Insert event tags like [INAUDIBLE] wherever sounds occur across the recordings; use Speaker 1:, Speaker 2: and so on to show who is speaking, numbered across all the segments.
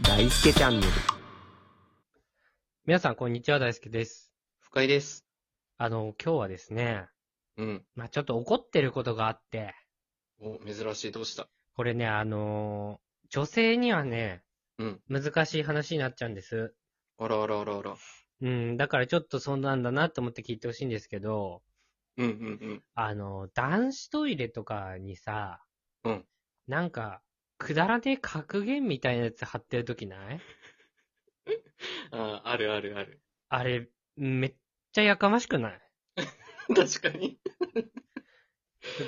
Speaker 1: 大輔チャンネル。
Speaker 2: 皆さん、こんにちは。大輔です。
Speaker 3: 不快です。
Speaker 2: あの、今日はですね、
Speaker 3: うん。
Speaker 2: まあ、ちょっと怒ってることがあって、
Speaker 3: お、珍しい。どうした
Speaker 2: これね、あのー女性にはね、
Speaker 3: うん
Speaker 2: 難しい話になっちゃうんです。
Speaker 3: あらあらあらあら。
Speaker 2: うん、だからちょっとそんなんだなと思って聞いてほしいんですけど、
Speaker 3: うんうん
Speaker 2: あの、男子トイレとかにさ、
Speaker 3: うん
Speaker 2: なんか、くだらねえ格言みたいなやつ貼ってるときない
Speaker 3: うん。ああ、あるあるある。 [LAUGHS]
Speaker 2: あれ、めっちゃやかましくない
Speaker 3: 確かに。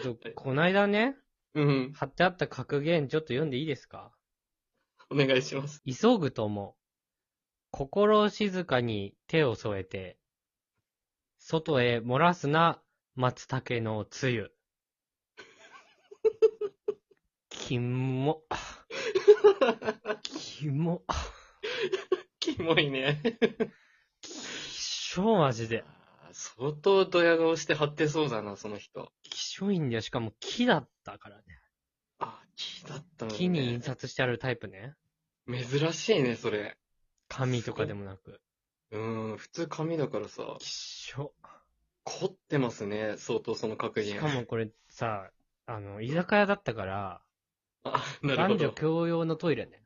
Speaker 2: ちょっと、こないだね、
Speaker 3: うん。
Speaker 2: 貼ってあった格言ちょっと読んでいいですか
Speaker 3: お願いします。
Speaker 2: 急ぐと思う。心を静かに手を添えて、外へ漏らすな、松茸のつゆ。キモ。キモ。
Speaker 3: キモいね。
Speaker 2: きっしょ、マジで。
Speaker 3: あー相当ドヤ顔して貼ってそうだな、その人。
Speaker 2: きしょいんだよ。しかも木だったからね。
Speaker 3: あ、木だったのね。
Speaker 2: 木に印刷してあるタイプね。
Speaker 3: 珍しいね、それ。
Speaker 2: 紙とかでもなく。
Speaker 3: うん、普通紙だからさ
Speaker 2: きっ、しょ。
Speaker 3: 凝ってますね、相当その格
Speaker 2: し
Speaker 3: 言。
Speaker 2: かもこれさ、あの、居酒屋だったから、
Speaker 3: あ、 [LAUGHS] なる
Speaker 2: 男
Speaker 3: ほ
Speaker 2: 女
Speaker 3: ど。
Speaker 2: 共用のトイレね。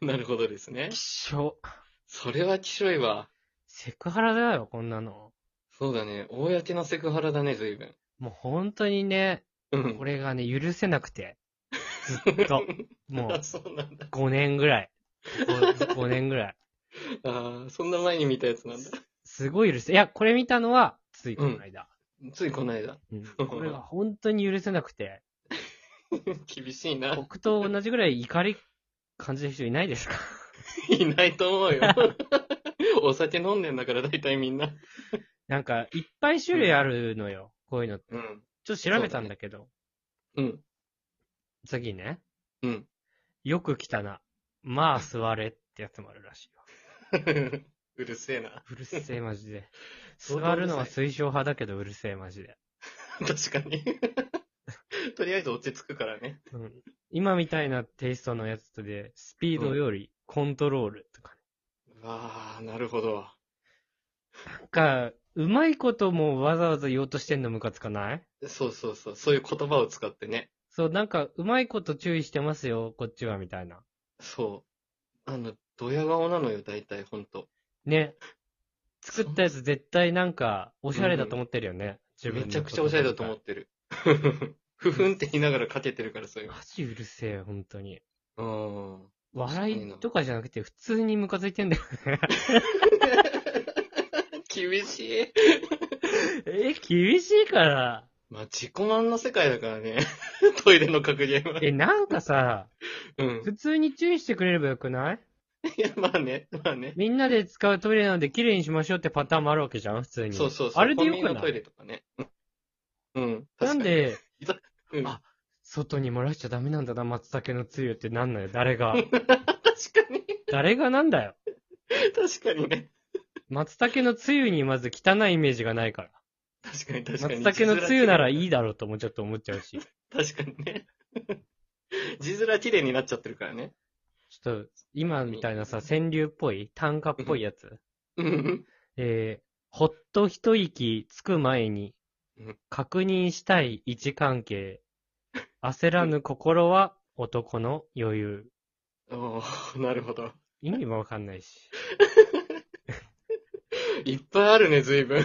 Speaker 3: なるほどですね
Speaker 2: きっ。しょ。
Speaker 3: それはきしょいわ。
Speaker 2: セクハラだよ、こんなの。
Speaker 3: そうだね、公のセクハラだね、随分。
Speaker 2: もう本当にね、
Speaker 3: うん。
Speaker 2: これがね、許せなくて。ずっ [LAUGHS] と。も
Speaker 3: [LAUGHS] あ、
Speaker 2: う、
Speaker 3: そうなんだ。
Speaker 2: 5年ぐらい。5, 年ぐらい。
Speaker 3: ああ、そんな前に見たやつなんだ。
Speaker 2: すごい許せ。いや、これ見たのは、ついこの間。
Speaker 3: ついこの間。
Speaker 2: うんこれが本当に許せなくて。
Speaker 3: [LAUGHS] 厳しいな。
Speaker 2: 僕と同じぐらい怒り感じる人いないですか
Speaker 3: いないと
Speaker 2: [LAUGHS]
Speaker 3: 思うよ。 [LAUGHS] お酒飲んでんだから大体みんな。
Speaker 2: なんか、いっぱい種類あるのよ。こういうの。ち
Speaker 3: うん。
Speaker 2: ょっと調べたんだけど。
Speaker 3: うん。 [LAUGHS]
Speaker 2: 次ね。
Speaker 3: うん。
Speaker 2: よく来たな。まあ、座れってやつもあるらしいよ。
Speaker 3: うるせえな。 [LAUGHS]
Speaker 2: うるせえ、マジで。座
Speaker 3: 相当う
Speaker 2: る
Speaker 3: るさい
Speaker 2: のは推奨派だけど、うるせえ、マジで。
Speaker 3: 確かに。 [LAUGHS] とりあえず落ち着くからね。
Speaker 2: うん、今みたいなテイストのやつで、スピードよりコントロールとか、ね
Speaker 3: わあ、なるほど。
Speaker 2: なんか、うまいこともわざわざ言おうとしてんのムカつかない
Speaker 3: そうそうそう。そういう言葉を使ってね。
Speaker 2: そう、なんか、うまいこと注意してますよ、こっちは、みたいな。
Speaker 3: そう。あの、ドヤ顔なのよ、大体、ほんと。
Speaker 2: ね。作ったやつ絶対なんか、おしゃれだと思ってるよね。自分
Speaker 3: め
Speaker 2: の
Speaker 3: ちゃくちゃおしゃれだと思ってる。ふふんって言いながらかけてるから、そういう
Speaker 2: マジうるせえ、本当に。
Speaker 3: の。うん。
Speaker 2: 笑いとかじゃなくて、普通にムカついてんだよ [LAUGHS] ね。
Speaker 3: 厳しい。
Speaker 2: え、厳しいから。
Speaker 3: まあ、自己満の世界だから [LAUGHS] ね。トイレの格言は。
Speaker 2: え、なんかさ、
Speaker 3: うん。
Speaker 2: 普通に注意してくれればよくない
Speaker 3: いや、まあね、まあね。
Speaker 2: みんなで使うトイレなので綺麗にしましょうってパターンもあるわけじゃん普通に。
Speaker 3: そうそうそう。
Speaker 2: あれでよ
Speaker 3: コンビ
Speaker 2: く
Speaker 3: ニのト
Speaker 2: な
Speaker 3: イ
Speaker 2: い
Speaker 3: レとかね。うんうん。確か
Speaker 2: なん
Speaker 3: に、
Speaker 2: で、
Speaker 3: うん
Speaker 2: あ外に漏らしちゃダメなんだな、松茸のつゆってなんのよ。誰が。
Speaker 3: [LAUGHS]
Speaker 2: [LAUGHS]
Speaker 3: 確かに。
Speaker 2: 誰がなんだよ。
Speaker 3: 確かにね。
Speaker 2: 松茸のつゆにまず汚いイメージがないから。
Speaker 3: 確かに、確かに。
Speaker 2: 松茸のつゆならい
Speaker 3: い。
Speaker 2: いだろうともちょっと思っちゃうし。
Speaker 3: 確かにね。 [LAUGHS] 字面綺麗になっちゃってるからね。
Speaker 2: ちょっと、今みたいなさ、川柳っぽい、短歌っぽいやつ。
Speaker 3: うん。
Speaker 2: えー、ほっと一息つく前に
Speaker 3: うん、
Speaker 2: 確認したい位置
Speaker 3: [LAUGHS]
Speaker 2: 関係。焦らぬ心は男の余裕。
Speaker 3: おーなるほど。
Speaker 2: 意味もわかんないし。
Speaker 3: いっぱいあるね、随分。
Speaker 2: いっ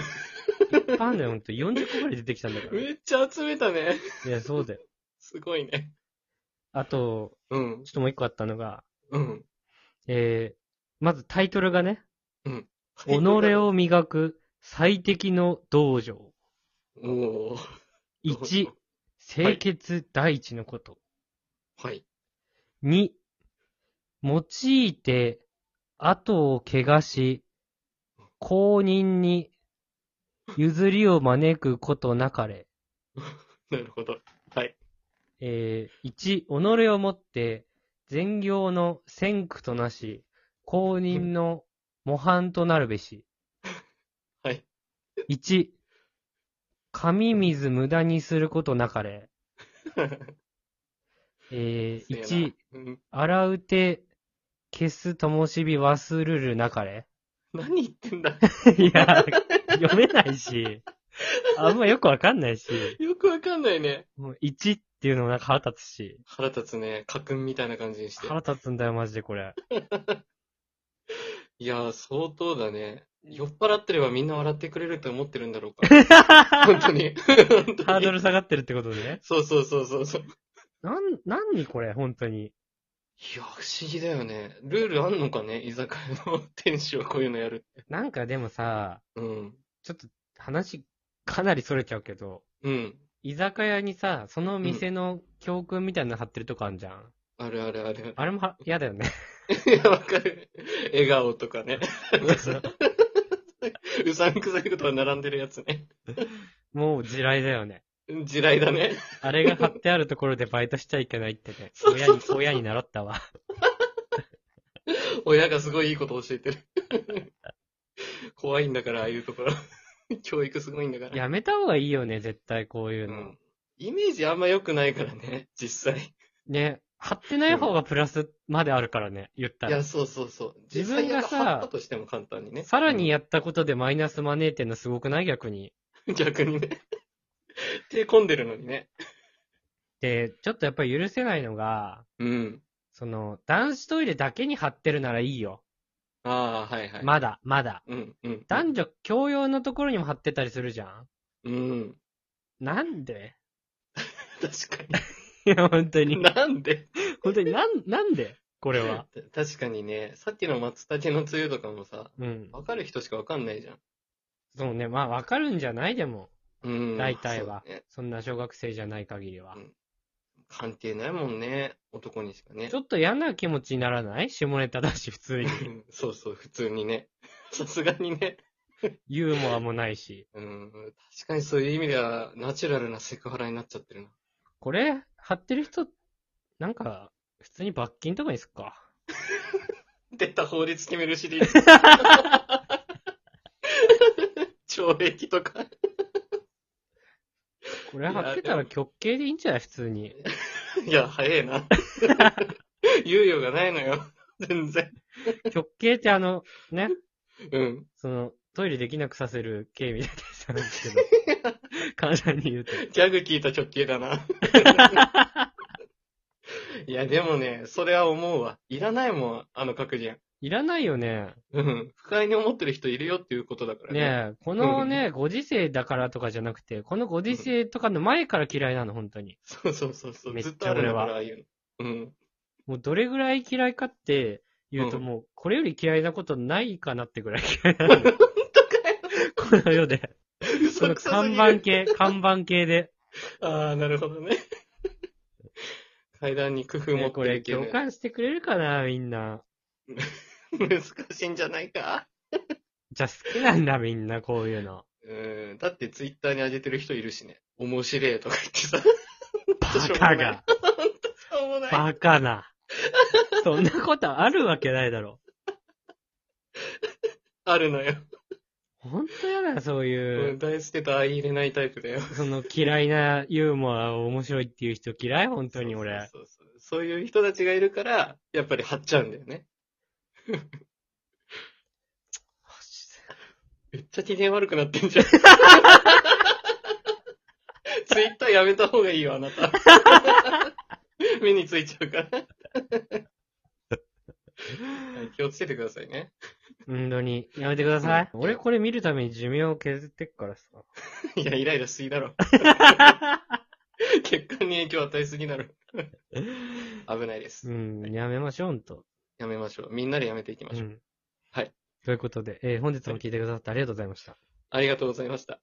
Speaker 2: ぱいあんだよ、ほんと。40個ぐらい出てきたんだから。
Speaker 3: めっちゃ集めたね。
Speaker 2: いや、そうだよ。
Speaker 3: すごいね。
Speaker 2: あと、
Speaker 3: うん
Speaker 2: ちょ。っともう一個あったのが、
Speaker 3: うん。
Speaker 2: えー、まずタイトルがね、己
Speaker 3: を。
Speaker 2: を磨く最適の道場。
Speaker 3: おー
Speaker 2: 1、清潔第一のこと。
Speaker 3: はい。
Speaker 2: 2、用いて、後を怪我し、公認に譲りを招くことなかれ。
Speaker 3: なるほど。はい。
Speaker 2: えー、1、己をもって、善行の先駆となし、公認の模範となるべし。
Speaker 3: はい。
Speaker 2: 1、神水無駄にすることなかれ。えー、1、
Speaker 3: [LAUGHS] うん。
Speaker 2: 洗う手、消すともしび忘るるなかれ。
Speaker 3: 何言ってんだ
Speaker 2: いや、読めないし、あんまよくわかんないし、
Speaker 3: よくわかんないね。
Speaker 2: もう1っていうのもなんか腹立つし、
Speaker 3: 腹立つね。家訓みたいな感じにして。
Speaker 2: 腹立つんだよ、マジでこ [LAUGHS] れ。
Speaker 3: いやー、相当だね。酔っ払ってればみんな笑ってくれると思ってるんだろうか。
Speaker 2: [LAUGHS]
Speaker 3: 本
Speaker 2: ハ
Speaker 3: 当に。本当に
Speaker 2: ードル下がってるってことでね。
Speaker 3: そうそうそうそうそう。い
Speaker 2: なん、なんにこれ、本当に。
Speaker 3: や、不思議だよね。ルールあんのかね居酒屋の店主はこういうのやる。
Speaker 2: なんかでもさ、
Speaker 3: うん。
Speaker 2: ちょっと話かなり逸れちゃうけど、
Speaker 3: うん。
Speaker 2: 居酒屋にさ、その店の教訓みたいなの貼ってるとこあんじゃん。
Speaker 3: あるあるある。 [LAUGHS]
Speaker 2: あれもは嫌だよね。 [LAUGHS]
Speaker 3: いや、わかる。笑顔とかね。うさんくさいことが並んでるやつね。
Speaker 2: もう地雷だよね。
Speaker 3: 地雷だね。
Speaker 2: あれが貼ってあるところでバイトしちゃいけないってね。
Speaker 3: そう
Speaker 2: 親
Speaker 3: そ
Speaker 2: [LAUGHS] に
Speaker 3: う、そう
Speaker 2: 親に習ったわ。
Speaker 3: 親がすごいいいことを教えてる。 [LAUGHS] 怖いんだから、ああいうところ。 [LAUGHS] 教育すごいんだから。
Speaker 2: [LAUGHS] やめた方がいいよね、絶対こういう
Speaker 3: う
Speaker 2: の。
Speaker 3: ん。イメージあんま良くないからね、実際。
Speaker 2: ね、貼ってない方がプラスまであるからね、言った
Speaker 3: い
Speaker 2: ら
Speaker 3: や、。そうそうそう。
Speaker 2: 自分が
Speaker 3: 実
Speaker 2: さ
Speaker 3: 際やったとしても簡単にね。
Speaker 2: さらにやったことでマイナス招いてんのすごくない逆に。
Speaker 3: うん逆にね。手込んでるのにね。
Speaker 2: で、ちょっとやっぱり許せないのが、
Speaker 3: うん。
Speaker 2: その、男子トイレだけに貼ってるならいいよ。
Speaker 3: ああ、はいはい。
Speaker 2: まだ、まだ。
Speaker 3: うん、うん。
Speaker 2: 男女共用のところにも貼ってたりするじゃん。
Speaker 3: うん。
Speaker 2: なんで
Speaker 3: 確
Speaker 2: いや、本当
Speaker 3: かに。
Speaker 2: に。
Speaker 3: なんで
Speaker 2: 本当になん、なんでこれ
Speaker 3: [LAUGHS]
Speaker 2: [LAUGHS] は。
Speaker 3: 確かにね、さっきの松茸の梅雨とかもさ、
Speaker 2: うん。
Speaker 3: わかる人しかわかんないじゃん。
Speaker 2: そうね、まあわかるんじゃないでも。
Speaker 3: うん。
Speaker 2: 大体は
Speaker 3: そうね
Speaker 2: そんな小学生じゃない限りは
Speaker 3: う。ん関係ないもんね、男にしかね
Speaker 2: ち。ょっと嫌な気持ちにならない下ネタだし、普通に。
Speaker 3: うんそうそう、普通にね。 [LAUGHS] さすがにね。
Speaker 2: ユーモアもないし。
Speaker 3: うん。確かにそういう意味では、ナチュラルなセクハラになっちゃってるな。
Speaker 2: これ、貼ってる人、なんか、普通に罰金とかにすっか。
Speaker 3: 出た法律決めるシリー
Speaker 2: [LAUGHS]
Speaker 3: ズ。懲役とか。
Speaker 2: これ貼ってたら極刑でいいんじゃない普通に。
Speaker 3: いや、早え
Speaker 2: [LAUGHS]
Speaker 3: な。猶予がないのよ。全然。
Speaker 2: 極刑ってあの、ね、
Speaker 3: うん。
Speaker 2: その、トイレできなくさせる刑みたいなやつなんですけど。 [LAUGHS] 簡単に言うと。
Speaker 3: ギャグ聞いた直球だな。
Speaker 2: [LAUGHS]
Speaker 3: いや、でもね、それは思うわ。いらないもん、あの格言。
Speaker 2: いらないよね。
Speaker 3: うん。不快に思ってる人いるよっていうことだからね。
Speaker 2: ねえ、このね、ご時世だからとかじゃなくて、このご時世とかの前から嫌いなの、本当に。
Speaker 3: そうそうそうそう。
Speaker 2: めっち
Speaker 3: ず
Speaker 2: ゃ
Speaker 3: っとあるんだか
Speaker 2: 俺は
Speaker 3: ら、ああいうの。うん。
Speaker 2: もうどれぐらい嫌いかって言うと、
Speaker 3: うん
Speaker 2: もうこれより嫌いなことないかなってぐらい嫌い [LAUGHS] なの。この世で。そ
Speaker 3: 嘘
Speaker 2: の
Speaker 3: くさす
Speaker 2: 看
Speaker 3: ぎ
Speaker 2: 板
Speaker 3: る。 [LAUGHS]
Speaker 2: 系、看板系で。
Speaker 3: ああ、なるほどね。階段に工夫持
Speaker 2: ね
Speaker 3: っ
Speaker 2: こ
Speaker 3: て
Speaker 2: れ
Speaker 3: るけど
Speaker 2: 共、感してくれるかな、みんな。
Speaker 3: 難しいんじゃないか。
Speaker 2: じゃあ好きなんだ、みんな、こういうの。
Speaker 3: うん。だってツイッターに上げてる人いるしね。面白いとか言って
Speaker 2: [LAUGHS]
Speaker 3: さ。
Speaker 2: バ
Speaker 3: しょう
Speaker 2: カ
Speaker 3: もない
Speaker 2: が、
Speaker 3: しょうもない。
Speaker 2: バカな。そんなことあるわけないだろ。
Speaker 3: あるのよ。
Speaker 2: ほんとやだ、そういうう、
Speaker 3: ん、大捨てと相入れないタイプだよ。
Speaker 2: その嫌いなユーモアを面白いっていう人嫌い、本当に俺。
Speaker 3: そうそうそうそういう人たちがいるから、やっぱり張っちゃうんだよね。めっちゃ機嫌悪くなってんじゃん。ツイッターやめた方がいいよ、あなた。目についちゃうから。はい気をつけてくださいね。
Speaker 2: 本当に。やめてください。
Speaker 3: うん
Speaker 2: 俺これ見るために寿命を削ってっからさ。
Speaker 3: いや、イライラしすぎだろ。血管に影響与えすぎだろ。危ないで
Speaker 2: う
Speaker 3: す。
Speaker 2: ん、やめましょう、ほんと。
Speaker 3: やめましょう。みんなでやめていきま
Speaker 2: う
Speaker 3: しょう。
Speaker 2: ん。
Speaker 3: はい。
Speaker 2: ということで、えー本日も聞いてくださってありがとうございました。
Speaker 3: ありがとうございました。